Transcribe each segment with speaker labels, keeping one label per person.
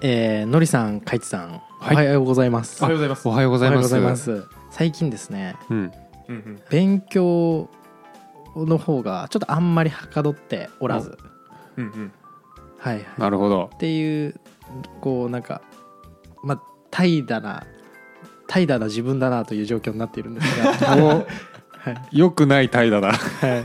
Speaker 1: えー、のりさん、かいちさん、
Speaker 2: はい
Speaker 1: おはようございます。
Speaker 2: おはようございます
Speaker 3: おはようご
Speaker 1: おは
Speaker 3: ざい
Speaker 1: よう
Speaker 3: ま
Speaker 1: ご
Speaker 3: す
Speaker 1: ざいます。最近ですね、
Speaker 3: うん
Speaker 2: うんうん
Speaker 1: 勉強の方がちょっとあんまりはかどっておらず、
Speaker 2: うんうん
Speaker 1: はいはい。
Speaker 3: なるほど
Speaker 1: っていうこうなんかまあ怠惰な怠惰な自分だなという状況になっているんです が、
Speaker 3: お
Speaker 1: はい
Speaker 3: よくない怠惰だ
Speaker 1: は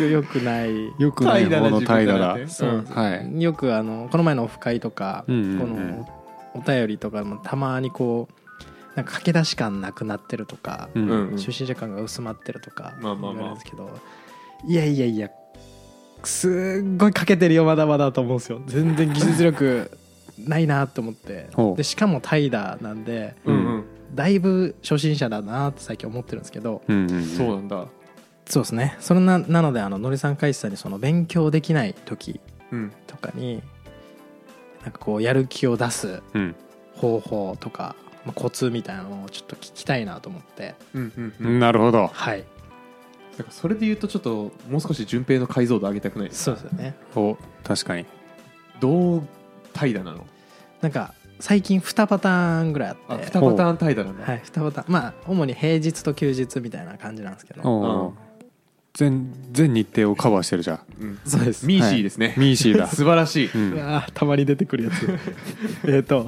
Speaker 1: い、よくない、
Speaker 3: よくない方の怠
Speaker 2: 怠
Speaker 3: 惰
Speaker 2: 惰
Speaker 3: だ
Speaker 2: な自
Speaker 1: そう
Speaker 2: 分
Speaker 3: はい
Speaker 1: よくあのこの前のオフ会とか、
Speaker 3: うんうんうん
Speaker 1: このお便りとかもたまにこうなんか駆け出し感なくなってるとか、
Speaker 3: う
Speaker 2: うんうん
Speaker 1: 初心者感が薄まってるとか
Speaker 2: まあま
Speaker 1: 言
Speaker 2: あまあ
Speaker 1: われるんですけど、いやいやいやすっごい欠けてるよまだまだと思うんですよ全然技術力ないなと思って
Speaker 3: ほう
Speaker 1: でしかも怠惰なんで
Speaker 2: うんうん
Speaker 1: だいぶ初心者だなって最近思ってるんですけど
Speaker 3: うんうん
Speaker 2: そうなんだ
Speaker 1: そうですねそれななのであののりさん会社さんにその勉強できない時
Speaker 2: うん
Speaker 1: とかになんかこうやる気を出す
Speaker 3: うん
Speaker 1: 方法とか、まあ、コツみたいなのをちょっと聞きたいなと思って
Speaker 2: うんうん
Speaker 3: う
Speaker 2: うん
Speaker 3: ん
Speaker 2: だ
Speaker 3: なるほど
Speaker 1: はい
Speaker 2: からそれで言うとちょっともう少し順平の解像度上げたくないです
Speaker 1: そうですよね
Speaker 3: お確かに
Speaker 2: どう怠惰なの
Speaker 1: なんか最近2パターンぐらいあ
Speaker 2: あ
Speaker 1: って
Speaker 2: 二パターン怠惰なん
Speaker 1: は
Speaker 2: だ
Speaker 1: い、2パターンまあ主に平日と休日みたいな感じなんですけど
Speaker 3: おう
Speaker 2: う
Speaker 3: ん全全日程をカバーしてるじゃん
Speaker 2: うん
Speaker 1: そうです
Speaker 2: ミーシーですね
Speaker 3: ミー シーだ
Speaker 2: 素晴らしいう
Speaker 1: うんわーたまに出てくる やつえっと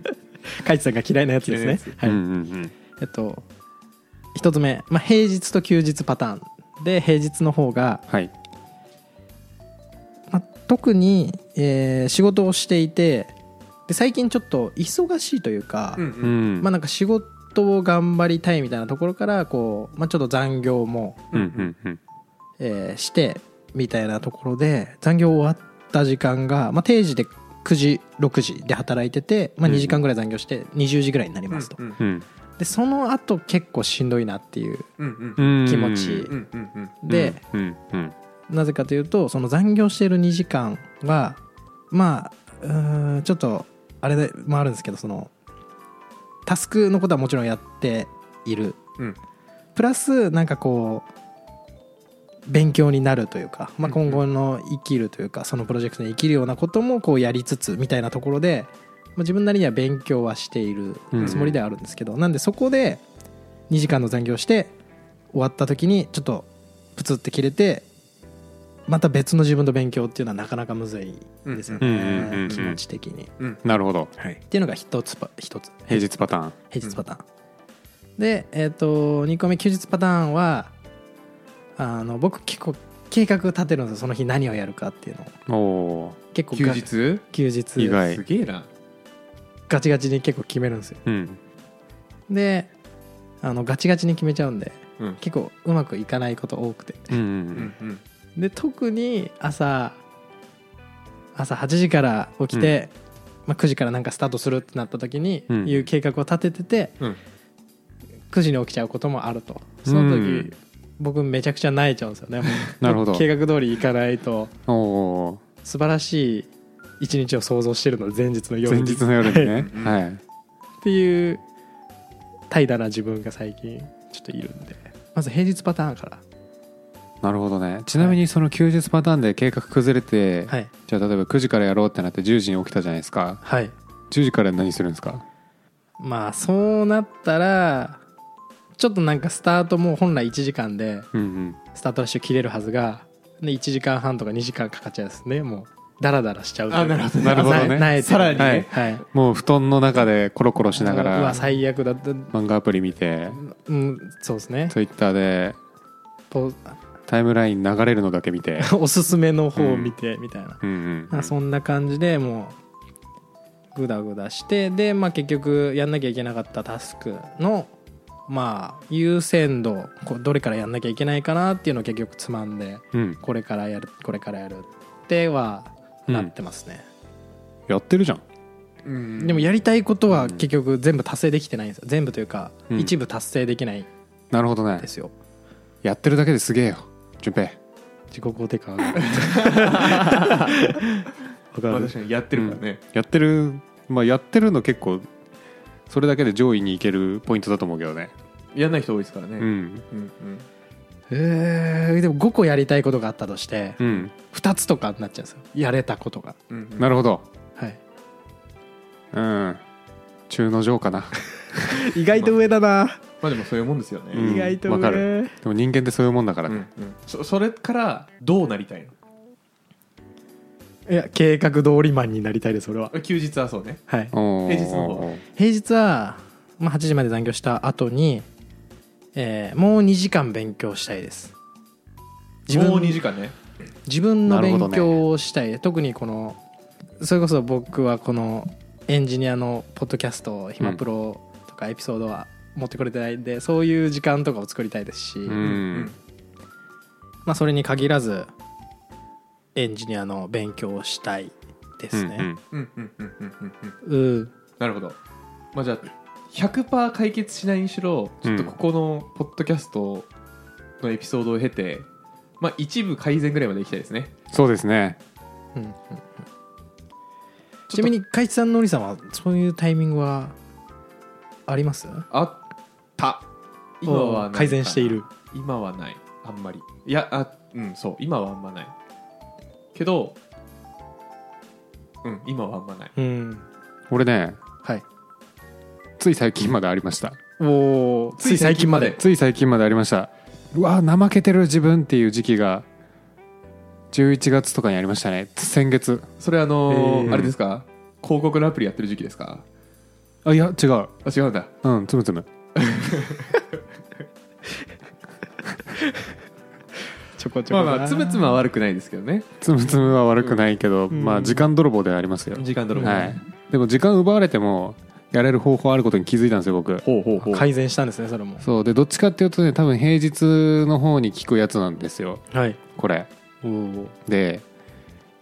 Speaker 1: カイチさんが嫌いなやつですね
Speaker 2: 嫌
Speaker 1: はい
Speaker 3: う
Speaker 2: いなや
Speaker 3: んうん
Speaker 1: えっと1つ目、まあ、平日と休日パターンで平日の方が、
Speaker 3: はい
Speaker 1: まあ、特に、えー仕事をしていてで最近ちょっと忙しいというか、
Speaker 2: うん
Speaker 3: う
Speaker 2: うん
Speaker 3: ん
Speaker 1: まあ、なんか仕事を頑張りたいみたいなところからこう、まあ、ちょっと残業も、
Speaker 3: うんうんうん
Speaker 1: えーしてみたいなところで残業終わった時間が、まあ、定時で9時6時で働いてて、まあ、
Speaker 3: うん
Speaker 1: 2時間ぐらい残業して20時ぐらいになりますと、
Speaker 2: うん
Speaker 3: うん
Speaker 1: でその後結構しんどいなっていう
Speaker 2: うんうん
Speaker 3: うん
Speaker 1: 気持ち
Speaker 2: うんうんうん
Speaker 1: で、
Speaker 3: うんうん
Speaker 1: なぜかというとその残業している2時間はまあうーんちょっとあれでもあるんですけどそのタスクのことはもちろんやっている
Speaker 2: うん
Speaker 1: プラスなんかこう勉強になるというか、まあ、
Speaker 2: うんう
Speaker 1: 今後
Speaker 2: ん
Speaker 1: の生きるというかそのプロジェクトに生きるようなこともこうやりつつみたいなところで、まあ、自分なりには勉強はしている
Speaker 3: うん
Speaker 1: つもりではあるんですけど、なんでそこで2時間の残業して終わった時にちょっとプツって切れてまた別の自分と勉強っていうのはなかなかむずいですよ
Speaker 3: うんうんうんう
Speaker 1: ね
Speaker 3: ん
Speaker 1: 気持ち的に。
Speaker 3: なるほど
Speaker 1: っていうのが一つパ一つ
Speaker 3: 平日パターン
Speaker 1: 平日パターン、で、えっと2個目休日パターンはあの僕結構計画立てるんですよその日何をやるかっていうのを
Speaker 3: おー
Speaker 1: 結構
Speaker 2: 休
Speaker 1: が
Speaker 2: 日
Speaker 1: 休日
Speaker 3: 意外
Speaker 2: すげえな
Speaker 1: ガチガチに結構決めるんですよ
Speaker 3: うん
Speaker 1: であのガチガチに決めちゃうんで
Speaker 2: うん
Speaker 1: 結構うまくいかないこと多くて
Speaker 3: うんう
Speaker 2: うんん
Speaker 1: で特に朝朝8時から起きて、まあ、9時からなんかスタートするってなった時に、
Speaker 3: うん
Speaker 1: いう計画を立ててて
Speaker 2: うん
Speaker 1: 9時に起きちゃうこともあるとその時、
Speaker 3: うん
Speaker 1: 僕めちゃくちゃ泣いちゃうんですよ ね
Speaker 3: なるほど
Speaker 1: 計画通りいかないと
Speaker 3: おお
Speaker 1: 素晴らしい一日を想像してるので前日の
Speaker 3: ー
Speaker 1: 夜
Speaker 3: 前
Speaker 1: に
Speaker 3: 日の夜
Speaker 1: はい
Speaker 3: に
Speaker 2: うん
Speaker 3: ねはい
Speaker 1: っていう怠惰な自分が最近ちょっといるんでまず平日パターンから
Speaker 3: なるほどねちなみにその休日パターンで計画崩れて、
Speaker 1: はい
Speaker 3: じゃあ例えば9時からやろうってなって10時に起きたじゃないですか
Speaker 1: はい
Speaker 3: 10時から何するんですか
Speaker 1: まあそうなったらちょっとなんかスタートも本来1時間で
Speaker 3: うん
Speaker 1: スタートラッシュ切れるはずがで1時間半とか2時間かかっちゃうんですねもうダラダラしちゃうというか
Speaker 2: あなるほど
Speaker 3: なるほどね
Speaker 1: ななえて
Speaker 2: さらにね
Speaker 1: はい、はい
Speaker 3: うんもう布団の中でコロコロしなが
Speaker 1: うわ
Speaker 3: ら
Speaker 1: 最悪だった
Speaker 3: 漫画アプリ見て
Speaker 1: うんそうですね
Speaker 3: Twitter で
Speaker 1: と
Speaker 3: タイムライン流れるのだけ見て
Speaker 1: おすすめの方を見てみたいな,、
Speaker 3: うんうん
Speaker 1: なんかそんな感じでもうグダグダしてで、まあ、結局やんなきゃいけなかったタスクのまあ優先度こうどれからやんなきゃいけないかなっていうのを結局つまんで
Speaker 3: うん
Speaker 1: これからやるこれからやるってはなってますね、
Speaker 3: やってるじゃん
Speaker 2: うん
Speaker 1: でもやりたいことは結局全部達成できてないんですよ全部というか
Speaker 3: うん
Speaker 1: 一部達成できないん
Speaker 3: なるほどね
Speaker 1: ですよ、
Speaker 3: やってるだけですげえよ順平
Speaker 1: 自己肯定感上がる
Speaker 2: まあ確かにやってるからね
Speaker 3: やってるまあやってるの結構それだけで上位にいけるポイントだと思うけどね
Speaker 2: やんない人多いですから
Speaker 3: う
Speaker 2: ね
Speaker 3: ん
Speaker 2: うんうん
Speaker 1: えーでも5個やりたいことがあったとして
Speaker 3: うん
Speaker 1: 2つとかになっちゃうんですよやれたことが
Speaker 2: うんうん
Speaker 3: なるほど
Speaker 1: はい
Speaker 3: うん中の上かな
Speaker 1: 意外と上だな、
Speaker 2: まあでもそういうもんですよね、
Speaker 3: うん
Speaker 1: 意外と上
Speaker 3: わかるでも人間ってそういうもんだから
Speaker 2: うん
Speaker 3: ね、
Speaker 2: うんそそれからどうなりたいの
Speaker 1: いや計画通りマンになりたいです俺は
Speaker 2: 休日はそうね
Speaker 1: はい
Speaker 3: おー
Speaker 2: 平日の方
Speaker 1: 平日は、まあ、8時まで残業した後に、えーもう2時間勉強したいです自分
Speaker 2: もう2時間ね
Speaker 1: 自分の
Speaker 3: なるほど
Speaker 1: 勉
Speaker 3: ね
Speaker 1: 強をしたい、特にこのそれこそ僕はこのエンジニアのポッドキャスト「ひまプロ」とかエピソードは持ってこれてないんで、そういう時間とかを作りたいですし、
Speaker 3: うん
Speaker 1: まあ、それに限らずエンジニアの勉強をしたいです
Speaker 3: うんう
Speaker 1: ね
Speaker 3: ん
Speaker 2: うんうんうんうんうんうん
Speaker 1: うん、
Speaker 2: なるほどまあじゃあ100%解決しないにしろちょっとここのポッドキャストのエピソードを経て、まあ一部改善ぐらいまでいきたいですね
Speaker 3: そうですね
Speaker 1: うんうんちなみに海津さんのりさんはそういうタイミングはあります
Speaker 2: あった今はないかな
Speaker 1: 改善している
Speaker 2: 今はないあんまりいやあうんそう今はあんまないけどうん今はあんまない
Speaker 1: うん
Speaker 3: 俺ね
Speaker 1: はい
Speaker 3: つい最近までありました
Speaker 1: おーつい最近まで
Speaker 3: つい最近までありましたうわー怠けてる自分っていう時期が11月とかにありましたね先月
Speaker 2: それあのー
Speaker 1: えー
Speaker 2: あれですか広告のアプリやってる時期ですか
Speaker 3: あいや違う
Speaker 2: あ違うんだ
Speaker 3: うんつむつむ
Speaker 1: ちょこち
Speaker 2: ま
Speaker 1: ょ
Speaker 2: あ
Speaker 1: こ
Speaker 2: まあつむつむは悪くないですけどね
Speaker 3: つむつむは悪くないけど、
Speaker 1: ん
Speaker 3: まあ時間泥棒ではありますよ、
Speaker 2: 時間泥棒、
Speaker 3: はいでも時間奪われてもやれる方法あることに気づいたんですよ僕
Speaker 2: ほうほうほう
Speaker 1: 改善したんですねそれも
Speaker 3: そうでどっちかっていうとね多分平日の方に聞くやつなんですよ
Speaker 1: はい
Speaker 3: これ
Speaker 1: おー
Speaker 3: で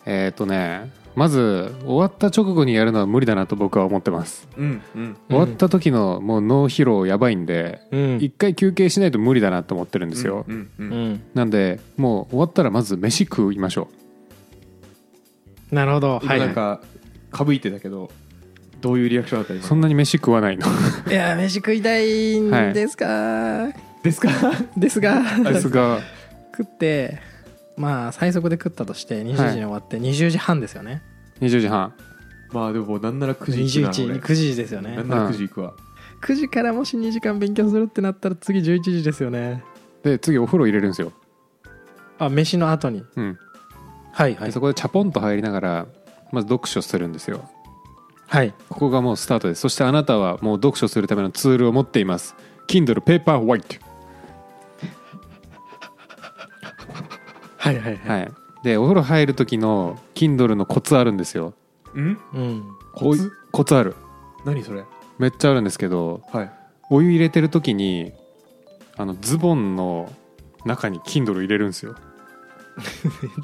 Speaker 3: えっ、とねまず終わった直後にやるのは無理だなと僕は思ってます
Speaker 2: うんうん
Speaker 1: うん
Speaker 3: 終わった時のもう脳疲労やばいんで
Speaker 1: うん
Speaker 3: 一回休憩しないと無理だなと思ってるんですよ、
Speaker 2: うんうん
Speaker 1: うん
Speaker 3: なんでもう終わったらまず飯食いましょ
Speaker 1: なるほどは
Speaker 2: 今
Speaker 1: い
Speaker 2: なんかかぶいてたけどどういうリアクションだった
Speaker 3: うそ
Speaker 2: 今
Speaker 3: んなに飯食わない の
Speaker 1: いや飯食いたいん
Speaker 3: はい
Speaker 1: ですか、
Speaker 2: ですか
Speaker 1: ですが
Speaker 3: です が
Speaker 1: 食ってまあ最速で食ったとして20時に終わって20時半ですよね、
Speaker 3: 20時半
Speaker 2: まあでももうなんなら9時
Speaker 1: 21
Speaker 2: 行くな
Speaker 1: 時
Speaker 2: 俺
Speaker 1: 9時ですよね
Speaker 2: なんなら9時行くわ
Speaker 1: 9時からもし2時間勉強するってなったら次11時ですよね
Speaker 3: で次お風呂入れるんですよ、
Speaker 1: あ飯の後に
Speaker 3: うんで
Speaker 1: はいは
Speaker 3: そこでチャポンと入りながらまず読書するんですよ
Speaker 1: はい
Speaker 3: ここがもうスタートですそしてあなたはもう読書するためのツールを持っています Kindle Paperwhite
Speaker 1: はいはいはい、
Speaker 3: はいでお風呂入る時の Kindle のコツあるんですよ
Speaker 2: うん
Speaker 1: うん
Speaker 2: コツ
Speaker 3: おいコツある
Speaker 2: 何それ
Speaker 3: めっちゃあるんですけど
Speaker 2: はい
Speaker 3: お湯入れてる時にあのズボンの中に Kindle 入れるんですよ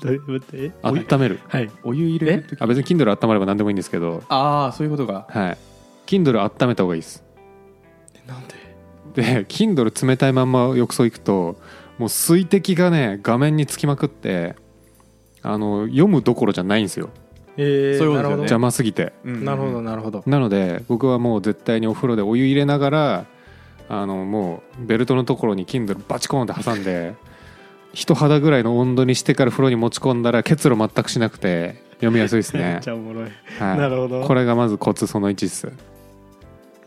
Speaker 1: どういうこと
Speaker 3: 温める
Speaker 1: はい
Speaker 2: お湯入れる時
Speaker 3: あ別に Kindle 温まれば何でもいいんですけど
Speaker 2: ああそういうことか
Speaker 3: はい Kindle 温めた方がいいです
Speaker 1: なんで
Speaker 3: で Kindle 冷たいまんま浴槽行くともう水滴がね画面につきまくってあの読むどころじゃないんですよ
Speaker 1: えー、
Speaker 2: そういうことですよね
Speaker 1: なるほど
Speaker 3: 邪魔すぎて
Speaker 2: うんうんうん
Speaker 1: なるほどなるほど
Speaker 3: なので僕はもう絶対にお風呂でお湯入れながらあのもうベルトのところに Kindle バチコーンって挟んで人肌ぐらいの温度にしてから風呂に持ち込んだら結露全くしなくて読みやすいです
Speaker 1: め
Speaker 3: ね
Speaker 1: っち、ゃおもろい
Speaker 3: はい、
Speaker 1: なるほど
Speaker 3: これがまずコツその1っす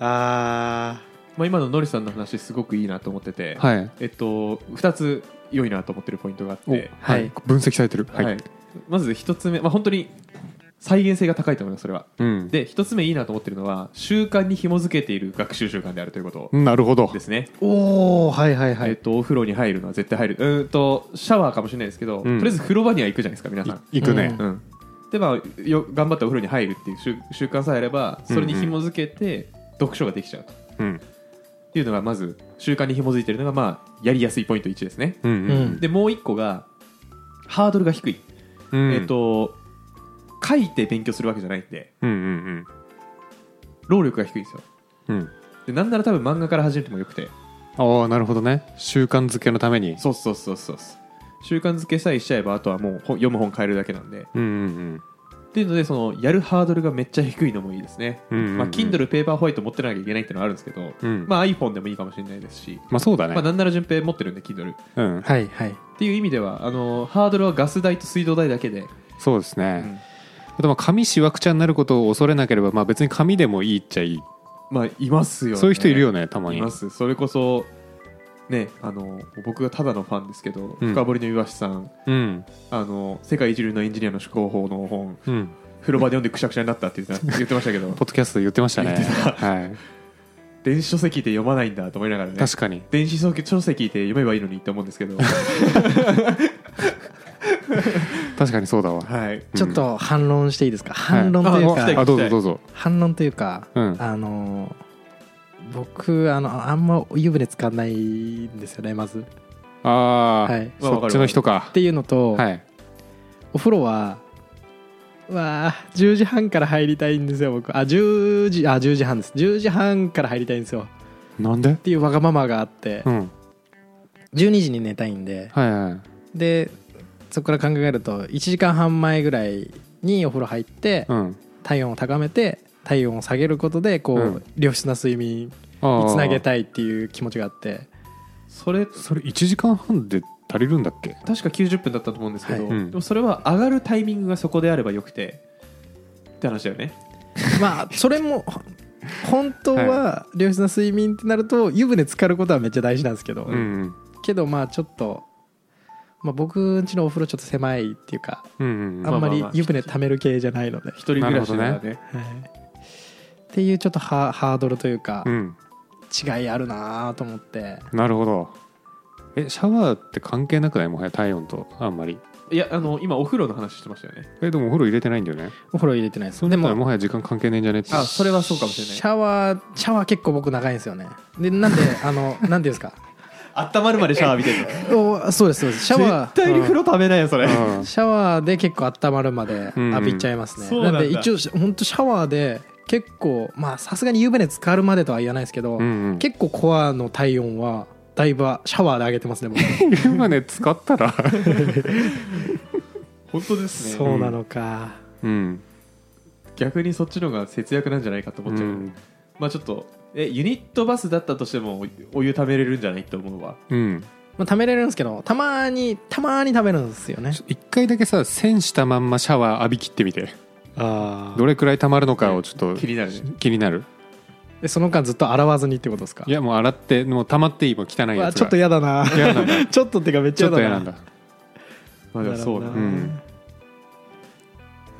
Speaker 1: あ
Speaker 2: まあ、今ののりさんの話すごくいいなと思ってて、
Speaker 3: はい
Speaker 2: えっと、2つ良いなと思ってるポイントがあっ
Speaker 3: お
Speaker 2: て、
Speaker 1: はい
Speaker 3: 分析されてるは、
Speaker 2: はいいまず1つ目、まあ、本当に再現性が高いと思いますそれは
Speaker 3: うん
Speaker 2: で1つ目いいなと思ってるのは習慣に紐づけている学習習慣であるということ
Speaker 3: なるほど
Speaker 2: ですね、
Speaker 1: おおはいはいは
Speaker 2: えっと、お風呂に入るのは絶対入るうーんとシャワーかもしれないですけ
Speaker 3: う
Speaker 2: ど、
Speaker 3: ん
Speaker 2: とりあえず風呂場には行くじゃないですか皆さん、
Speaker 3: い行くね、
Speaker 1: う
Speaker 2: うんでまあ、よ頑張ってお風呂に入るっていう習習慣さえあればそれに紐づけて読書ができちゃうと
Speaker 3: うん
Speaker 2: っていうのがまず習慣に紐づいてるのがまあやりやすいポイント1ですね
Speaker 3: うんうん
Speaker 2: でもう一個がハードルが低い、
Speaker 3: うん
Speaker 2: えっ、と書いて勉強するわけじゃないんで
Speaker 3: うんうん
Speaker 2: 労力が低いんですよ
Speaker 3: うんうん
Speaker 2: でなんなら多分漫画から始めてもよくて
Speaker 3: ああなるほどね習慣づけのために
Speaker 2: そうそうそうそうそう習慣づけさえしちゃえばあとはもう本読む本変えるだけなんで
Speaker 3: うんうん
Speaker 2: っていうのでそのやるハードルがめっちゃ低いのもいいですね、
Speaker 3: うんうんうん
Speaker 2: まあ、Kindle ペーパーホワイト持ってなきゃいけないっていうのはあるんですけど、
Speaker 3: うんまあ、
Speaker 2: まあ、iPhone でもいいかもしれないですし、
Speaker 3: そうだね、
Speaker 2: まあ、なんなら順平持ってるんで Kindle っ
Speaker 3: うん
Speaker 1: はいはい
Speaker 2: ていう意味ではあのハードルはガス代と水道代だけで、
Speaker 3: そうですね、あとまあ紙しわくちゃになることを恐れなければ、まあ、別に紙でもいいっちゃいい、
Speaker 2: まあいますよね
Speaker 3: そういう人いるよねたまに
Speaker 2: いますそれこそねあの僕がただのファンですけど、
Speaker 3: うん
Speaker 2: 深掘りの岩橋さん
Speaker 3: うん
Speaker 2: あの世界一流のエンジニアの思考法の本
Speaker 3: うん
Speaker 2: 風呂場で読んでくしゃくしゃになったって言ってた言ってましたけど
Speaker 3: ポッドキャストで言ってましたね
Speaker 2: 言ってた
Speaker 3: はい、
Speaker 2: 電子書籍で読まないんだと思いながらね
Speaker 3: 確かに
Speaker 2: 電子書籍書籍で読めばいいのにって思うんですけど
Speaker 3: 確かにそうだわ
Speaker 2: はい
Speaker 1: ちょっと反論していいですか、反論
Speaker 3: あ
Speaker 1: という
Speaker 2: あ聞きたい
Speaker 1: か
Speaker 3: あどうぞどうぞ
Speaker 1: 反論というか、
Speaker 3: うん
Speaker 1: あの僕あのあんま湯船使わないんですよねまず。
Speaker 3: ああ、
Speaker 1: はい
Speaker 2: まあわ
Speaker 3: そ
Speaker 2: か
Speaker 3: っ
Speaker 2: る
Speaker 3: ちの人か
Speaker 1: っていうのと、
Speaker 3: はい
Speaker 1: お風呂はうわー10時半から入りたいんですよ僕あ10時あ10時半です10時半から入りたいんですよっ
Speaker 3: なんで
Speaker 1: ていうわがままがあって
Speaker 3: うん
Speaker 1: 12時に寝たいんで
Speaker 3: はいはい
Speaker 1: でそこから考えると1時間半前ぐらいにお風呂入って
Speaker 3: うん
Speaker 1: 体温を高めて体温を下げることでこう、
Speaker 3: うん
Speaker 1: 良質な睡眠に
Speaker 3: ああ
Speaker 1: つなげたいっていう気持ちがあって
Speaker 2: それ
Speaker 3: それ1時間半で足りるんだっけ
Speaker 2: 確か90分だったと思うんですけど、
Speaker 3: はいうん
Speaker 2: でもそれは上がるタイミングがそこであればよくてって話だよね
Speaker 1: まあそれもほ本当は良質な睡眠ってなると湯船浸かることはめっちゃ大事なんですけど、
Speaker 3: うん
Speaker 1: けどまあちょっと、まあ、僕んちのお風呂ちょっと狭いっていうか
Speaker 3: うんうんう
Speaker 1: あ
Speaker 3: ん
Speaker 1: んま
Speaker 2: まあ
Speaker 1: り
Speaker 2: まあまあ
Speaker 1: 湯船溜める系じゃないので、
Speaker 2: 一人暮らしだからね
Speaker 1: はいっていうちょっとハハードルというか
Speaker 3: うん
Speaker 1: 違いあるなと思って
Speaker 3: なるほどえシャワーって関係なくないもはや体温とあんまり
Speaker 2: いやあの今お風呂の話してましたよね
Speaker 3: えでもお風呂入れてないんだよね
Speaker 1: お風呂入れてないです
Speaker 3: それ
Speaker 1: で
Speaker 3: だったら
Speaker 1: も
Speaker 3: もはや時間関係ねえんじゃねえって
Speaker 2: あそれはそうかもしれ
Speaker 1: シ
Speaker 2: ない
Speaker 1: ャワーシャワー結構僕長いんですよねでなんであのなんていうんですか
Speaker 2: 温まるまでシャワー浴びてる
Speaker 1: おそうですそうですシャワ
Speaker 2: 絶対に風呂食べないよそれ
Speaker 3: うん
Speaker 1: ーシャワーで結構温まるまで
Speaker 3: うん
Speaker 1: 浴びちゃいますね、
Speaker 2: そうなんだ
Speaker 1: で一応本当シャワーで結構まあさすがに湯船浸かるまでとは言わないですけど、
Speaker 3: うんうん
Speaker 1: 結構コアの体温はだいぶシャワーで上げてますね僕
Speaker 3: 湯船使ったら
Speaker 2: 本当ですね
Speaker 1: そうなのか、
Speaker 3: うん
Speaker 2: 逆にそっちの方が節約なんじゃないかと思っちゃう、
Speaker 3: うん
Speaker 2: まあちょっとえ湯ニットバスだったとしてもおお湯貯めれるんじゃないって思うわ
Speaker 3: うん
Speaker 1: まあ、貯めれるんですけどたまにたまに食べるんですよね
Speaker 3: ちょ一回だけさ栓したまんまシャワー浴び切ってみて
Speaker 1: あ
Speaker 3: どれくらい溜まるのかをちょっと
Speaker 2: 気になるね
Speaker 3: 気になる
Speaker 1: でその間ずっと洗わずにってことですか
Speaker 3: いやもう洗ってもう溜まっていいもう汚いやつ
Speaker 1: うわ
Speaker 3: が
Speaker 1: ちょっと嫌だな
Speaker 3: 嫌なんだ
Speaker 1: ちょっとってかめっち
Speaker 3: ち
Speaker 1: ゃ
Speaker 3: ょっ
Speaker 1: 嫌
Speaker 3: と
Speaker 1: だな
Speaker 3: 嫌なんだ
Speaker 2: まあでもそう
Speaker 1: な
Speaker 2: だ
Speaker 1: るほど
Speaker 2: な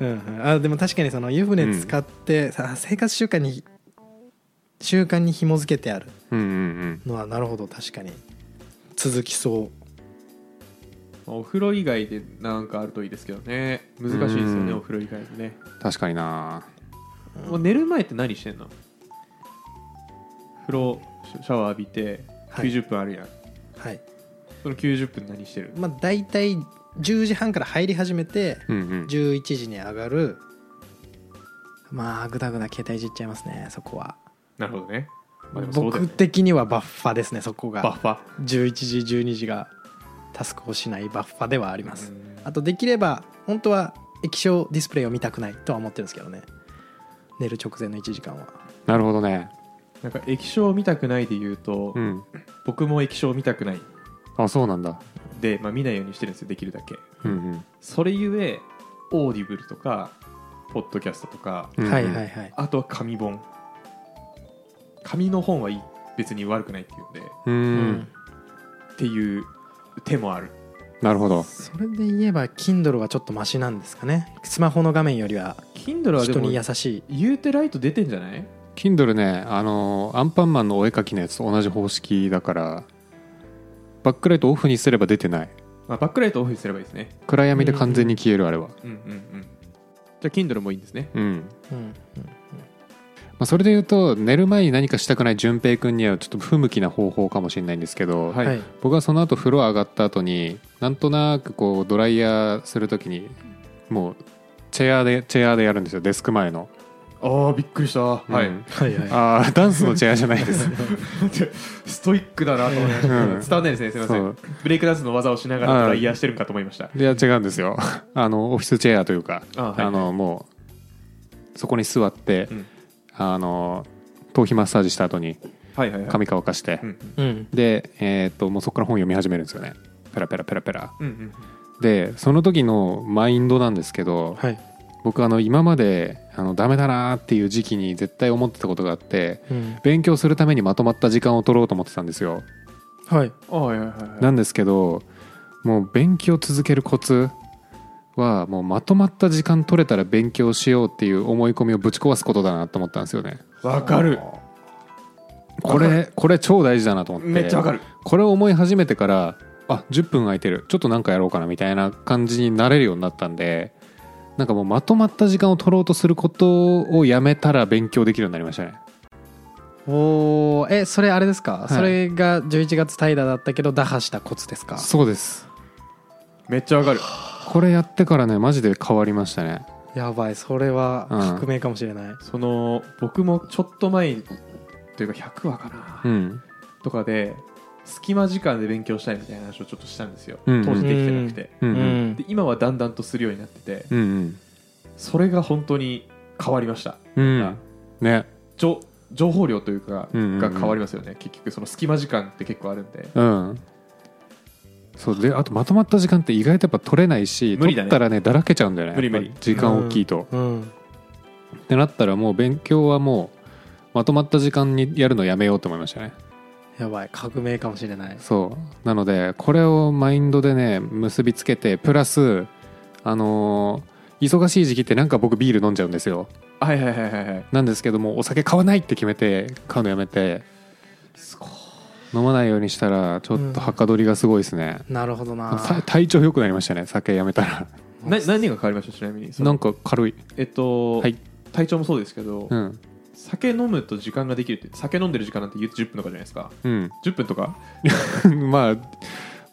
Speaker 3: う
Speaker 1: う
Speaker 3: ん
Speaker 1: んうんあでも確かにその湯船使って、さ生活習慣に習慣に紐付けてある
Speaker 3: うんうん
Speaker 1: のはなるほど確かに続きそう
Speaker 2: まあお風呂以外でなんかあるといいですけどね難しいですよね
Speaker 3: うん
Speaker 2: お風呂以外でね
Speaker 3: うん確かにな
Speaker 2: もう寝る前って何してんの風呂シャシャワー浴びて
Speaker 1: はい
Speaker 2: 90分あるやん、
Speaker 1: はい
Speaker 2: その90分何してる
Speaker 1: まあ大体10時半から入り始めて
Speaker 3: うんうん
Speaker 1: 11時に上がるまあぐだぐだ携帯いじっちゃいますねそこは、
Speaker 2: なるほどね,、まあ、でもそうだ
Speaker 1: 僕
Speaker 2: よね
Speaker 1: 的にはバッファですねそこ
Speaker 2: バッ
Speaker 1: が
Speaker 2: ファ
Speaker 1: 11時12時がタスクをしないバッファではあります
Speaker 2: うん
Speaker 1: あとできれば本当は液晶ディスプレイを見たくないとは思ってるんですけどね寝る直前の1時間は
Speaker 3: なるほどね
Speaker 2: なんか液晶を見たくないで言うと、
Speaker 3: うん
Speaker 2: 僕も液晶を見たくない
Speaker 3: あそうなんだ
Speaker 2: で、まあ、見ないようにしてるんですよできるだけ
Speaker 3: うん
Speaker 2: それゆえオーディブルとかポッドキャストとか
Speaker 3: うん
Speaker 1: はいはいはい
Speaker 2: あとは紙本紙の本はいい別に悪くないっていうんで
Speaker 3: うん
Speaker 1: う
Speaker 3: うん
Speaker 2: っていう手もある
Speaker 3: なるほど
Speaker 1: それで言えば Kindle はちょっとマシなんですかねスマホの画面よりは
Speaker 2: Kindle はで
Speaker 1: 人
Speaker 2: も
Speaker 1: に優しい
Speaker 2: 言うてライト出てんじゃない
Speaker 3: Kindle ねあのアンパンマンのお絵描きのやつと同じ方式だからバックライトオフにすれば出てない
Speaker 2: まあ、バックライトオフにすればいいですね。
Speaker 3: 暗闇で完全に消えるあれは
Speaker 2: うんうんうん。じゃあ、Kindle もいいんですね。
Speaker 3: うん、
Speaker 1: うん
Speaker 3: まあ、それで言うと寝る前に何かしたくない淳平君にはちょっと不向きな方法かもしれないんですけど、
Speaker 1: うん
Speaker 2: はい
Speaker 1: はい
Speaker 3: 僕はその後風呂上がった後になんとなくこうドライヤーするときにもうチェアでチェアでやるんですよデスク前の、
Speaker 2: ああ、びっくりした。は
Speaker 3: うん
Speaker 2: い。
Speaker 1: はいはい
Speaker 3: ああダンスのチェアじゃないです
Speaker 2: ストイックだなと思いまし
Speaker 3: う
Speaker 2: た。伝
Speaker 3: ん
Speaker 2: わんないですね、すみませ
Speaker 3: そ
Speaker 2: ん
Speaker 3: う。
Speaker 2: ブレイクダンスの技をしながらドライヤーしてるんかと思いました。
Speaker 3: いや違うんですよ あのオフィスチェアというか
Speaker 2: あはい
Speaker 3: あのもうそこに座って、
Speaker 2: うん
Speaker 3: あの頭皮マッサージした後に
Speaker 2: はいはいはい。
Speaker 3: 髪乾かして、
Speaker 2: うん
Speaker 1: うん
Speaker 3: で、えーっともうそこから本読み始めるんですよねペラペラペラペラ
Speaker 2: うんうんうん。
Speaker 3: でその時のマインドなんですけど、
Speaker 1: はい
Speaker 3: 僕あの今まであのダメだなーっていう時期に絶対思ってたことがあって
Speaker 1: うん
Speaker 3: 勉強するためにまとまった時間を取ろうと思ってたんですよ
Speaker 1: はい
Speaker 2: あはいはいはい
Speaker 3: なんですけどもう勉強続けるコツはもうまとまった時間取れたら勉強しようっていう思い込みをぶち壊すことだなと思ったんですよね
Speaker 2: わかる
Speaker 3: これこれ超大事だなと思って
Speaker 2: めっちゃわかる
Speaker 3: これを思い始めてからあ10分空いてるちょっとなんかやろうかなみたいな感じになれるようになったんでなんかもうまとまった時間を取ろうとすることをやめたら勉強できるようになりましたね
Speaker 1: おーえそれあれですか、
Speaker 3: い
Speaker 1: それが11月怠惰だったけど打破したコツですか
Speaker 3: そうです
Speaker 2: めっちゃわかる
Speaker 3: これやってからねマジで変わりましたね
Speaker 1: やばいそれは
Speaker 3: うん
Speaker 1: 革命かもしれない、
Speaker 2: その僕もちょっと前にというか100話かな、
Speaker 3: うん
Speaker 2: とかで隙間時間で勉強したいみたいな話をちょっとしたんですよ、
Speaker 3: うん
Speaker 2: 当時できてなくて、
Speaker 3: うんう
Speaker 1: うんん
Speaker 2: で今はだんだんとするようになってて
Speaker 3: うん
Speaker 2: それが本当に変わりました
Speaker 3: うんうんね
Speaker 2: 情情報量というか
Speaker 3: うんうんうん
Speaker 2: が変わりますよね、結局その隙間時間って結構あるんで
Speaker 3: うんそうであとまとまった時間って意外とやっぱ取れないし
Speaker 2: 無理だ
Speaker 3: 取
Speaker 2: ね
Speaker 3: ったらねだらけちゃうんだよね
Speaker 2: 無理無理
Speaker 3: やっぱ時間大きいと、
Speaker 1: うん
Speaker 3: ってなったらもう勉強はもうまとまった時間にやるのやめようと思いましたね
Speaker 1: やばい革命かもしれない
Speaker 3: そうなのでこれをマインドでね結びつけてプラスあのー忙しい時期ってなんか僕ビール飲んじゃうんですよ
Speaker 2: はいはいはいはいはい
Speaker 3: なんですけどもお酒買わないって決めて買うのやめて
Speaker 2: すごい
Speaker 3: 飲まないようにしたらちょっとはかどりがすごいですね、
Speaker 1: なるほどな
Speaker 3: さ体調良くなりましたね酒やめたら
Speaker 2: な何が変わりましたちなみにその
Speaker 3: なんか軽い
Speaker 2: えっと、
Speaker 3: はい
Speaker 2: 体調もそうですけど、
Speaker 3: うん
Speaker 2: 酒飲むと時間ができるって酒飲んでる時間なんて言うと10分とかじゃないですか
Speaker 3: うん
Speaker 2: 10分とか
Speaker 3: まあ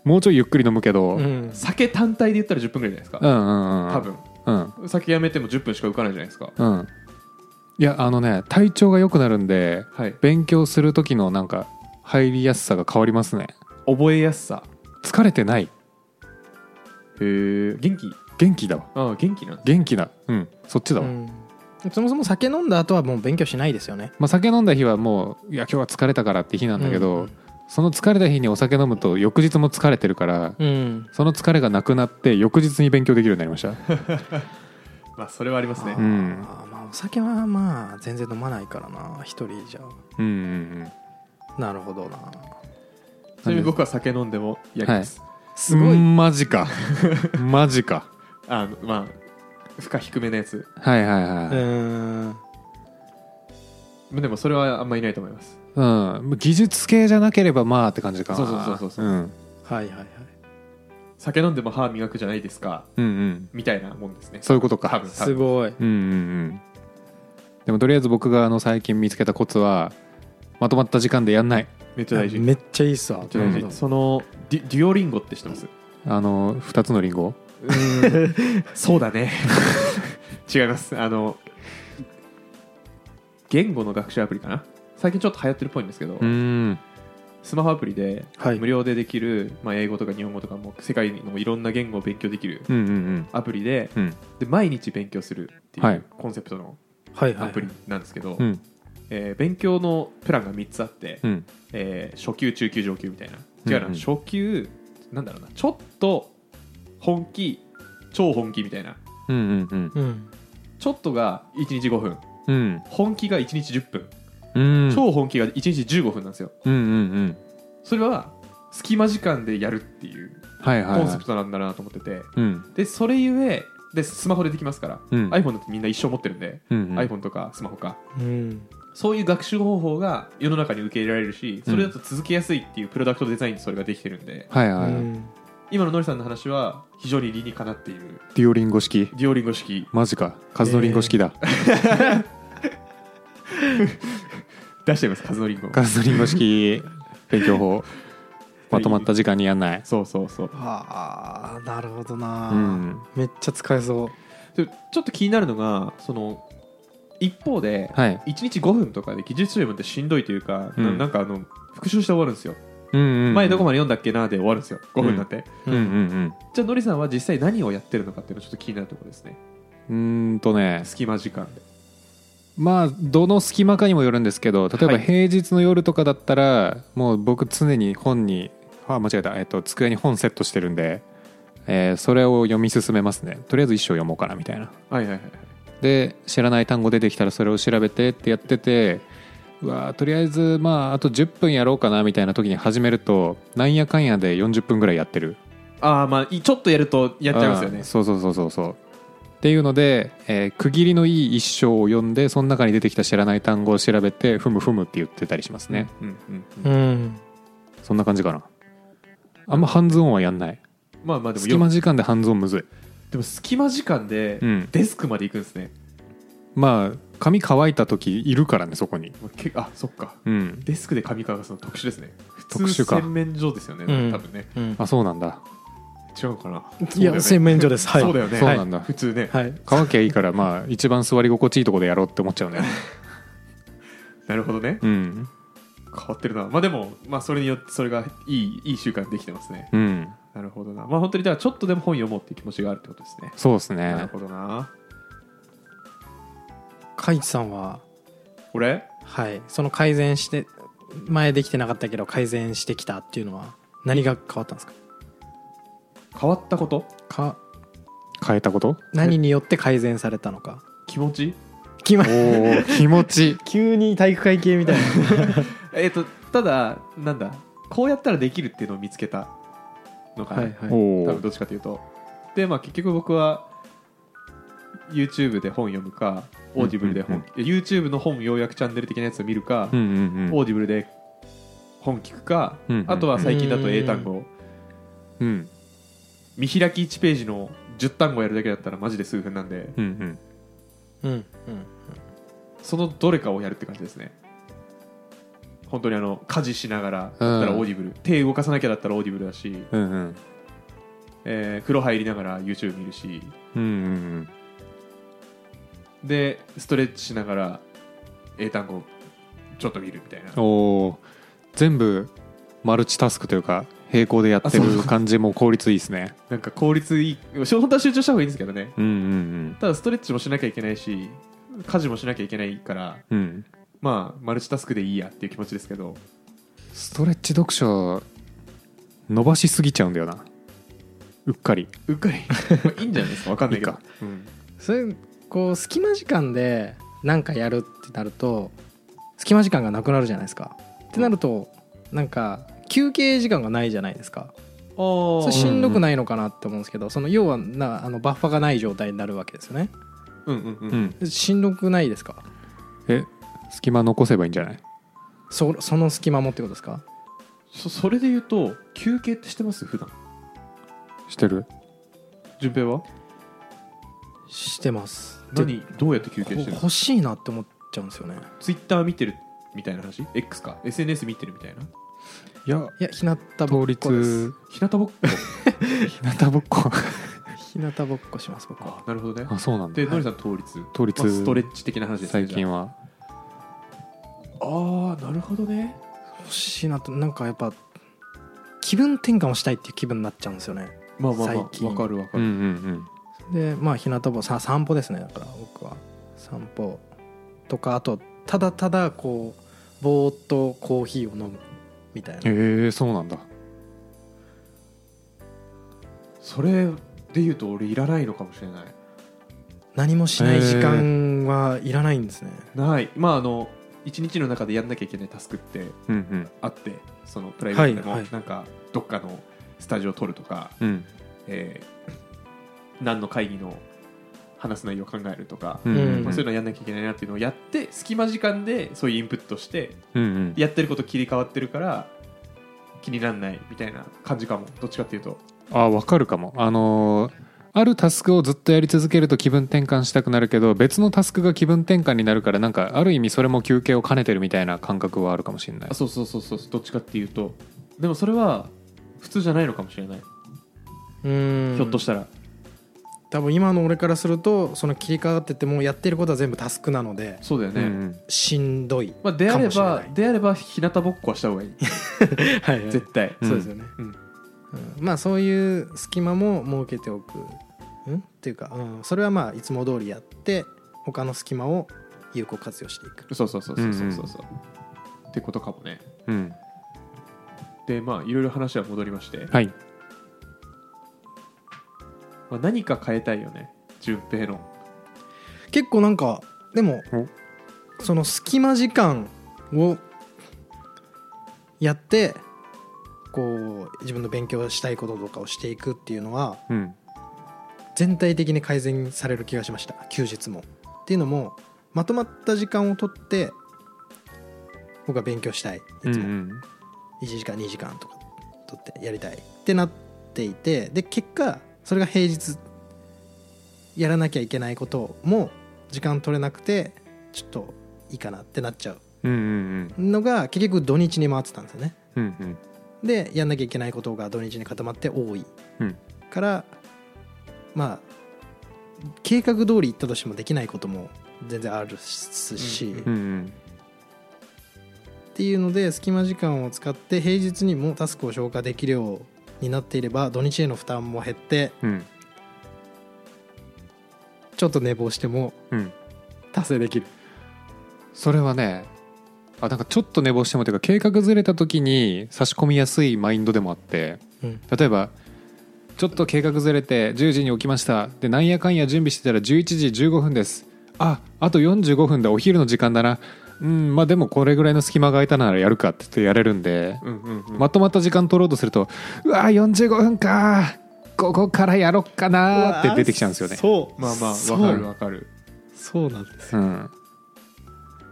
Speaker 3: もうちょいゆっくり飲むけど、
Speaker 1: う
Speaker 3: うん、
Speaker 1: ん
Speaker 2: 酒単体で言ったら10分ぐらいじゃないですか、
Speaker 3: うんうんうん
Speaker 2: 多分
Speaker 3: うん
Speaker 2: 酒やめても10分しか浮かないじゃないですか
Speaker 3: うんいやあのね体調が良くなるんで
Speaker 2: はい
Speaker 3: 勉強する時のなんか入りやすさが変わりますね
Speaker 2: 覚えやすさ
Speaker 3: 疲れてない
Speaker 2: へえ元気
Speaker 3: 元気だわ
Speaker 2: ああ元気なんだ
Speaker 3: 元気だうんそっちだ
Speaker 1: う
Speaker 3: わ、
Speaker 1: んそもそも酒飲んだ後はもう勉強しないですよね
Speaker 3: まあ、酒飲んだ日はもういや今日は疲れたからって日なんだけど、
Speaker 1: うん
Speaker 3: その疲れた日にお酒飲むと翌日も疲れてるから、
Speaker 1: うん
Speaker 3: その疲れがなくなって翌日に勉強できるようになりました
Speaker 2: まあそれはありますね
Speaker 1: あー
Speaker 3: うん
Speaker 1: まあお酒はまあ全然飲まないからな一人じゃ
Speaker 3: うんうん
Speaker 1: なるほどな
Speaker 2: ちなみに僕は酒飲んでもやります、
Speaker 1: すご
Speaker 3: う
Speaker 1: い
Speaker 3: んマジ かマジか
Speaker 2: あのまあ負荷低めのやつ
Speaker 3: はいはいは
Speaker 1: う
Speaker 3: い、
Speaker 1: ん
Speaker 2: でもそれはあんまいないと思います
Speaker 3: うん、技術系じゃなければまあって感じかな
Speaker 2: そうそうそうそうそう
Speaker 3: うん、
Speaker 1: はいはいはい
Speaker 2: 酒飲んでも歯磨くじゃないですか
Speaker 3: うんうん
Speaker 2: みたいなもんですね
Speaker 3: そういうことか
Speaker 2: 多分多
Speaker 1: す
Speaker 2: 分
Speaker 1: ごい
Speaker 3: うんうんうんでもとりあえず僕があの最近見つけたコツはまとまった時間でやんない
Speaker 2: めっちゃ大事
Speaker 1: めっちゃいいっすわ
Speaker 2: めっちゃ大事
Speaker 1: うん
Speaker 2: そのデュデュオリンゴって知ってます
Speaker 3: あの2つのリンゴ
Speaker 2: そうだね 違いますあの言語の学習アプリかな最近ちょっと流行ってるっぽいんですけど、
Speaker 3: うん
Speaker 2: スマホアプリで
Speaker 1: はい
Speaker 2: 無料でできる、まあ、英語とか日本語とかも世界のいろんな言語を勉強できる
Speaker 3: うんうん
Speaker 2: アプリで
Speaker 3: うん
Speaker 2: で毎日勉強するって
Speaker 3: はいいう
Speaker 2: コンセプトの
Speaker 1: はいは
Speaker 2: ア
Speaker 1: い
Speaker 2: プリなんですけど、
Speaker 3: うん
Speaker 2: えー勉強のプランが3つあって、
Speaker 3: うん
Speaker 2: えー初級中級上級みたいな違うな、
Speaker 3: うんうん
Speaker 2: 初級なんだろうなちょっと本気超本気みたいな
Speaker 3: うんうんうん
Speaker 1: うん
Speaker 2: ちょっとが1日5分
Speaker 3: うん
Speaker 2: 本気が1日10分、
Speaker 3: うん
Speaker 2: 超本気が1日15分なんですよ
Speaker 3: うんうんうん
Speaker 2: それは隙間時間でやるっていう
Speaker 3: はいはいは
Speaker 2: コ
Speaker 3: い
Speaker 2: ンセプトなんだなと思ってて、
Speaker 3: うん
Speaker 2: でそれゆえでスマホでできますから、
Speaker 3: うん
Speaker 2: iPhone だってみんな一生持ってるんで、
Speaker 3: うん
Speaker 2: iPhone とかスマホか
Speaker 1: うん
Speaker 2: そういう学習方法が世の中に受け入れられるしそれだと続けやすいっていうプロダクトデザインにそれができてるんで、
Speaker 3: はいうはいはい
Speaker 1: ん
Speaker 2: 今ののりさんの話は非常に理にかなっている
Speaker 3: デュオリンゴ式
Speaker 2: ディオリンゴ式
Speaker 3: マジか数のリンゴ式だ
Speaker 2: 出してます数のリンゴ
Speaker 3: 数のリンゴ式勉強 法まとまった時間にやんない
Speaker 2: そうそうそう
Speaker 1: ああなるほどな、
Speaker 3: うん
Speaker 1: めっちゃ使えそう
Speaker 2: でちょっと気になるのがその一方で、
Speaker 3: はい
Speaker 2: 1日5分とかで技術書読むってしんどいというか、な
Speaker 3: うん
Speaker 2: なんかあの復習して終わるんですよ、
Speaker 3: うんうんうん
Speaker 2: 前どこまで読んだっけなで終わるんですよ5分なんて、
Speaker 3: うんうん
Speaker 2: じゃあのりさんは実際何をやってるのかっていうのがちょっと気になるところですね
Speaker 3: うんうーんとね
Speaker 2: 隙間時間で
Speaker 3: まあどの隙間かにもよるんですけど例え
Speaker 2: は
Speaker 3: ば
Speaker 2: い
Speaker 3: 平日の夜とかだったらもう僕常に本にあ間違えた、えっと、机に本セットしてるんでえーそれを読み進めますねとりあえず一章読もうかなみたいな
Speaker 2: はいはいはい
Speaker 3: で知らない単語出てきたらそれを調べてってやっててうわーとりあえずまああと10分やろうかなみたいな時に始めるとなんやかんやで40分ぐらいやってる
Speaker 2: ああまあいちょっとやるとやっちゃいますよね
Speaker 3: あーそうそうそうそうそうっていうので、えー区切りのいい一章を読んでその中に出てきた知らない単語を調べてふむふむって言ってたりしますね、
Speaker 2: うんうんうん
Speaker 1: うん
Speaker 3: そんな感じかなあんま半ズオンはやんない
Speaker 2: まあまあでも
Speaker 3: 隙間時間で半ズオンむずい
Speaker 2: でも隙間時間で
Speaker 3: うん
Speaker 2: デスクまで行くんですね、
Speaker 3: まあ髪乾いた時いるからねそこに
Speaker 2: もうけあそっか
Speaker 3: うん
Speaker 2: デスクで髪乾かすの特殊ですね
Speaker 3: 特
Speaker 2: 普通
Speaker 3: 殊か
Speaker 2: 洗面所ですよね、
Speaker 1: うん
Speaker 2: 多分ね
Speaker 1: うん
Speaker 3: あそうなんだ
Speaker 2: 違うかない
Speaker 1: や
Speaker 2: そ
Speaker 1: 洗
Speaker 2: うだよね
Speaker 1: 面所ですはい
Speaker 2: そうだよね、
Speaker 3: そうなんだ
Speaker 2: 普通ね、
Speaker 1: はい
Speaker 3: 乾きゃいいからまあ一番座り心地いいとこでやろうって思っちゃうね
Speaker 2: なるほどね
Speaker 3: うん
Speaker 2: 変わってるなまあでも、まあ、それによってそれがいいいい習慣できてますね
Speaker 3: うん
Speaker 2: なるほどなまあ本当にだからちょっとでも本読もうっていう気持ちがあるってことですね
Speaker 3: そうです
Speaker 2: なる
Speaker 3: ね
Speaker 2: ほどな
Speaker 1: カイチさんは
Speaker 2: 俺
Speaker 1: はいその改善して前できてなかったけど改善してきたっていうのは何が変わったんですか
Speaker 2: 変わったこと
Speaker 1: か
Speaker 3: 変えたこと
Speaker 1: 何によって改善されたのか
Speaker 2: 気持ち
Speaker 1: 決ま
Speaker 3: おお気持ちいい
Speaker 1: 急に体育会系みたいな
Speaker 2: えっ、とただなんだこうやったらできるっていうのを見つけたのかな、
Speaker 1: は
Speaker 3: お
Speaker 2: 多
Speaker 3: お
Speaker 2: 分どっちかというとでまあ結局僕は YouTube で本読むかオーディブルで本、
Speaker 3: うん
Speaker 2: YouTube の本要約チャンネル的なやつを見るか、
Speaker 3: うんうん
Speaker 2: オーディブルで本聞くか、
Speaker 3: うん
Speaker 2: あとは最近だと
Speaker 1: うん
Speaker 2: 英単語、
Speaker 3: うんうん
Speaker 2: 見開き1ページの10単語やるだけだったらマジで数分なんで
Speaker 3: うんうん
Speaker 1: うんうん
Speaker 2: そのどれかをやるって感じですね本当にあの家事しながらだったらオーディブル、手動かさなきゃだったらオーディブルだし、
Speaker 3: うんうん
Speaker 2: えー風呂入りながら YouTube 見るし
Speaker 3: うんうん
Speaker 2: でストレッチしながら英単語ちょっと見るみたいな
Speaker 3: うんおー全部マルチタスクというか並行でやって
Speaker 2: あそ
Speaker 3: る感じも効率いいですね
Speaker 2: なんか効率いい本当は集中した方がいいんですけどね
Speaker 3: うんうん
Speaker 2: ただストレッチもしなきゃいけないし家事もしなきゃいけないから
Speaker 3: うんうん
Speaker 2: まあマルチタスクでいいやっていう気持ちですけど
Speaker 3: ストレッチ読書伸ばしすぎちゃうんだよなうっかり
Speaker 2: うっかりまあいいんじゃないですかわかんないけど
Speaker 3: いいか
Speaker 2: うん
Speaker 1: それこう隙間時間で何かやるってなると隙間時間がなくなるじゃないですかってなるとなんか休憩時間がないじゃないですかそれしんどくないのかなって思うんですけどその要はなあのバッファがない状態になるわけですよね
Speaker 2: うんうんうん、
Speaker 3: うん
Speaker 1: しんどくないですか
Speaker 3: え隙間残せばいいんじゃない
Speaker 1: そその隙間もってことですか
Speaker 2: そそれで言うと休憩ってしてます普段
Speaker 3: してる
Speaker 2: 順平は
Speaker 1: してますで
Speaker 2: 何どうやって休
Speaker 1: こ
Speaker 2: 憩してるの
Speaker 1: 欲しいなって思っちゃうんですよね
Speaker 2: ツイッター見てるみたいな話 X か SNS 見てるみたいない
Speaker 3: や
Speaker 1: いや日向ぼ
Speaker 3: 倒
Speaker 1: っこです
Speaker 3: 立
Speaker 2: 日向ぼっこ
Speaker 3: 日向ぼっこ
Speaker 1: 日向ぼっこします僕は
Speaker 2: あなるほどね
Speaker 3: あそうなんだ
Speaker 2: でノリさん倒立
Speaker 3: 倒立
Speaker 2: まあストレッチ的な話ですね
Speaker 3: 最近は
Speaker 2: ああなるほどね
Speaker 1: 欲しいなとなんかやっぱ気分転換をしたいっていう気分になっちゃうんですよね
Speaker 2: まあまあま
Speaker 1: 最
Speaker 2: あ
Speaker 1: 近
Speaker 2: わかるわか
Speaker 3: うん
Speaker 2: る、
Speaker 3: うん
Speaker 1: でまあ日向ぼさ散歩ですねだから僕は散歩とかあとただただこうぼーっとコーヒーを飲むみたい
Speaker 3: うん
Speaker 1: な
Speaker 3: へえそうなんだ
Speaker 2: それで言うと俺いらないのかもしれない
Speaker 1: 何もしない時間はいらないんですね
Speaker 2: ないまああの一日の中でやんなきゃいけないタスクって
Speaker 3: うん
Speaker 2: あってそのプライベートでも、
Speaker 1: はいはい
Speaker 2: なんかどっかのスタジオを撮るとか、
Speaker 3: うんうん
Speaker 2: えー何の会議の話す内容を考えるとか、
Speaker 3: うんうん
Speaker 2: まあそういうのやんなきゃいけないなっていうのをやって隙間時間でそういうインプットして
Speaker 3: うんうん
Speaker 2: やってること切り替わってるから気にならないみたいな感じかもどっちかっていうと
Speaker 3: あわかるかもあのーあるタスクをずっとやり続けると気分転換したくなるけど別のタスクが気分転換になるからなんかある意味それも休憩を兼ねてるみたいな感覚はあるかもしれない
Speaker 2: あそうそうそうそうどっちかっていうとでもそれは普通じゃないのかもしれない、
Speaker 1: うん
Speaker 2: ひょっとしたら
Speaker 1: 多分今の俺からするとその切り替わっててもうやってることは全部タスクなので
Speaker 2: そうだよね、
Speaker 3: うん
Speaker 1: しんどい、
Speaker 2: まあ、であ
Speaker 1: か
Speaker 2: れ
Speaker 1: もしれ
Speaker 2: ば
Speaker 1: ない
Speaker 2: であれば日向ぼっこはした方がいい
Speaker 1: はいはい
Speaker 2: 絶対、
Speaker 3: うん
Speaker 1: そうですよね、
Speaker 2: うん
Speaker 1: うんまあそういう隙間も設けておく、うん、っていうか、うん、それはまあいつも通りやって他の隙間を有効活用していく
Speaker 2: そうそうそうそうそうそうそうってことかもね
Speaker 3: うんうん
Speaker 2: でまあいろいろ話は戻りまして
Speaker 3: はい
Speaker 2: まあ、何か変えたいよね順平の
Speaker 1: 結構なんかでもその隙間時間をやってこう自分の勉強したいこととかをしていくっていうのは
Speaker 3: うん
Speaker 1: 全体的に改善される気がしました休日もっていうのもまとまった時間を取って僕は勉強したいいつも、
Speaker 3: うんうん
Speaker 1: 1時間2時間とか取ってやりたいってなっていてで結果それが平日やらなきゃいけないことも時間取れなくてちょっといいかなってなっちゃう
Speaker 3: うんうん
Speaker 1: のが結局土日に回ってたんですよね
Speaker 3: うんうんうん
Speaker 1: でやんなきゃいけないことが土日に固まって多い
Speaker 3: うん
Speaker 1: からまあ計画通り行ったとしてもできないことも全然あるし、
Speaker 2: うん
Speaker 3: うんうん
Speaker 1: っていうので隙間時間を使って平日にもタスクを消化できるようになっていれば土日への負担も減って
Speaker 3: うん
Speaker 1: ちょっと寝坊しても
Speaker 3: うん
Speaker 1: 達成できる
Speaker 3: それはねあなんかちょっと寝坊してもというか計画ずれた時に差し込みやすいマインドでもあって
Speaker 1: うん
Speaker 3: 例えばちょっと計画ずれて10時に起きましたでなんやかんや準備してたら11時15分ですああと45分だお昼の時間だなうんまあでもこれぐらいの隙間が空いたならやるかって言ってやれるんで、
Speaker 2: うんうんうん
Speaker 3: まとまった時間取ろうとするとうわ45分かここからやろっかなーって出てきちゃうんですよね
Speaker 1: そう
Speaker 2: まあまあ
Speaker 1: そ
Speaker 2: わ
Speaker 1: う
Speaker 2: かるわかる
Speaker 1: そうなんです
Speaker 3: うん、っ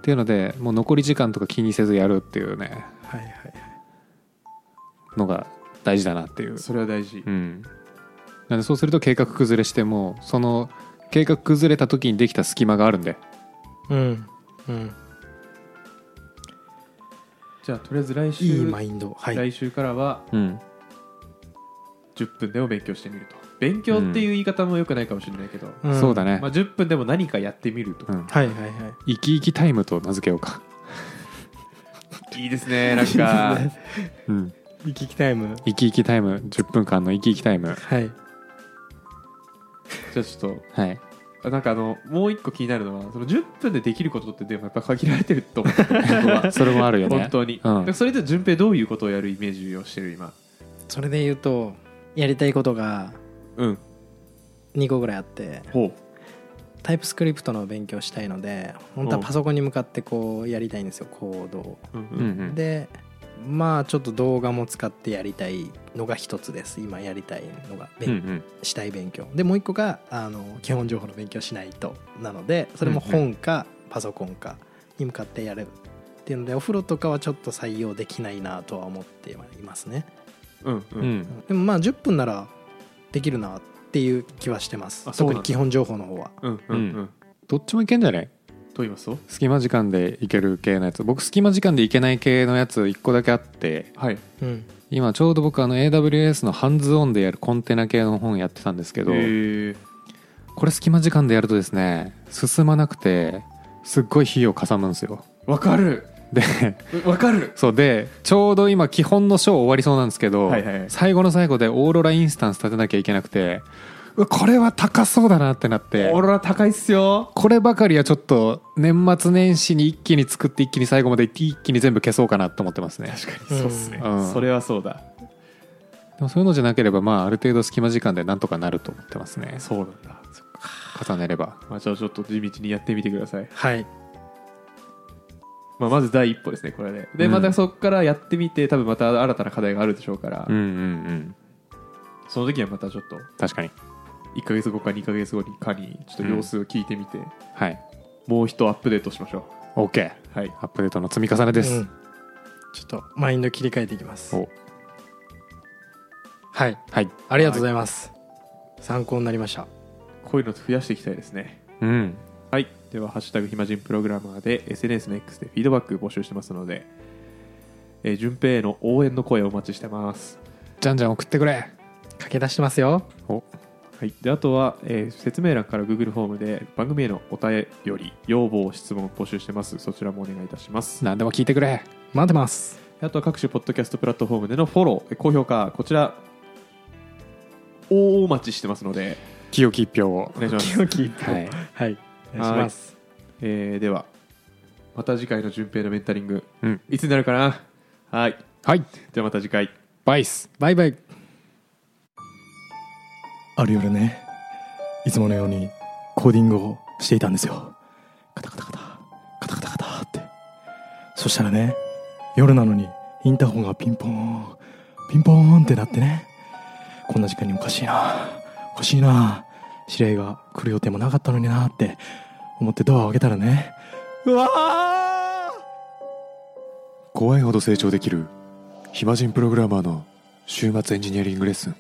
Speaker 3: ていうのでもう残り時間とか気にせずやるっていうね
Speaker 1: はいはいはい
Speaker 3: のが大事だなっていう、
Speaker 2: それは大事
Speaker 3: うん、なんでそうすると計画崩れしてもその計画崩れた時にできた隙間があるんで
Speaker 1: うんうん
Speaker 2: じゃあとりあえず来週
Speaker 1: いいマインドはい
Speaker 2: 来週からは
Speaker 3: うん
Speaker 2: 10分でも勉強してみると勉強っていう言い方もよくないかもしれないけど、
Speaker 1: ん
Speaker 3: そうだね、
Speaker 2: まあ、10分でも何かやってみると、
Speaker 3: うん、
Speaker 1: はいはいはい
Speaker 3: 生き生きタイムと名付けようか、
Speaker 2: いいです ねなんか
Speaker 3: うん、
Speaker 1: 生き生きタイム
Speaker 3: 生き生きタイム10分間の生き生きタイム
Speaker 1: はい
Speaker 2: じゃあちょっと
Speaker 3: はい
Speaker 2: あなんかあのもう一個気になるのはその10分でできることってでもやっぱ限られてると思 う
Speaker 3: それもあるよね
Speaker 2: 本当に、
Speaker 3: う
Speaker 2: だから
Speaker 3: ん
Speaker 2: それで順平どういうことをやるイメージをしてる今
Speaker 1: それで言うとやりたいことが
Speaker 2: うん
Speaker 1: 2個ぐらいあって
Speaker 2: ほ
Speaker 1: タイプスクリプトの勉強したいので本当はパソコンに向かってこうやりたいんですよコードを
Speaker 2: う、うん
Speaker 3: うんうん
Speaker 1: でまあちょっと動画も使ってやりたいのが一つです今やりたいのが、
Speaker 3: うんう
Speaker 1: 勉
Speaker 3: ん
Speaker 1: したい勉強でもう一個があの基本情報の勉強しないとなのでそれも本かパソコンかに向かってやるっていうのでお風呂とかはちょっと採用できないなとは思ってはいますね
Speaker 2: うんうん、
Speaker 3: うん
Speaker 1: でもまあ10分ならできるなっていう気はしてます
Speaker 2: あそ
Speaker 1: 特
Speaker 2: うなんだ
Speaker 1: に基本情報の方は
Speaker 2: うんうんうん
Speaker 3: うんどっちもいけんじゃない
Speaker 2: と言いますと
Speaker 3: 隙間時間でいける系のやつ僕隙間時間でいけない系のやつ1個だけあって
Speaker 2: はい
Speaker 1: うん
Speaker 3: 今ちょうど僕あの AWS のハンズオンでやるコンテナ系の本やってたんですけど
Speaker 2: へえ
Speaker 3: これ隙間時間でやるとですね進まなくてすっごい費用かさむんですよ
Speaker 2: わかる
Speaker 3: で
Speaker 2: わかる
Speaker 3: そうでちょうど今基本の章終わりそうなんですけど、
Speaker 2: はいはいはい
Speaker 3: 最後の最後でオーロラインスタンス立てなきゃいけなくてうわこれは高そうだなってなって
Speaker 2: オーロラ高いっすよ
Speaker 3: こればかりはちょっと年末年始に一気に作って一気に最後まで一気に全部消そうかなと思ってますね
Speaker 2: 確か
Speaker 1: にそうっすね
Speaker 3: うん
Speaker 2: それはそうだ
Speaker 3: でもそういうのじゃなければまあある程度隙間時間でなんとかなると思ってますね
Speaker 2: そうなんだ
Speaker 3: 重ねれば
Speaker 2: まあ、じゃあちょっと地道にやってみてください、
Speaker 1: はい
Speaker 2: まあ、まず第一歩ですねこれでで
Speaker 3: うん
Speaker 2: またそこからやってみて多分また新たな課題があるでしょうから、
Speaker 3: うんうんうん
Speaker 2: その時はまたちょっと
Speaker 3: 確かに
Speaker 2: 1か月後か2か月後にかにちょっと様子を聞いてみて、
Speaker 3: はい
Speaker 2: もう一アップデートしましょ
Speaker 3: OK
Speaker 2: うはい
Speaker 3: アップデートの積み重ねです、
Speaker 1: うんちょっとマインド切り替えていきます
Speaker 3: お
Speaker 1: はい
Speaker 3: はい
Speaker 1: ありがとうございます、参考になりました
Speaker 2: こういうの増やしていきたいですね
Speaker 3: うん
Speaker 2: はいでは「ハッシュタグ暇人プログラマー」で SNS の X でフィードバック募集してますので、えー、順平への応援の声をお待ちしてます
Speaker 3: じゃんじゃん送ってくれ
Speaker 1: 駆け出してますよ
Speaker 3: お
Speaker 2: はい、であとは、えー説明欄から Google フォームで番組へのお便り、要望、質問を募集してます。そちらもお願いいたします。
Speaker 3: 何でも聞いてくれ
Speaker 1: 待ってます
Speaker 2: あとは各種ポッドキャストプラットフォームでのフォロー、え高評価、こちら、お待ちしてますので、
Speaker 3: 清き一票を
Speaker 2: お願いします。
Speaker 1: 清き一票
Speaker 3: はい
Speaker 1: はいお願いします
Speaker 2: えーでは、また次回の順平のメンタリング、
Speaker 3: うん
Speaker 2: いつになるかなはい。
Speaker 3: はい
Speaker 2: じゃあまた次回。
Speaker 3: バイス
Speaker 1: バイバイ
Speaker 4: あるよね
Speaker 1: いつものようにコーディングをしていたんですよカタカタカタカタカタカタってそしたらね夜なのにインターホンがピンポーンピンポーンってなってねこんな時間におかしいなおかしいな知り合いが来る予定もなかったのになって思ってドアを開けたらねうわー
Speaker 3: 怖いほど成長できる暇人プログラマーの週末エンジニアリングレッスン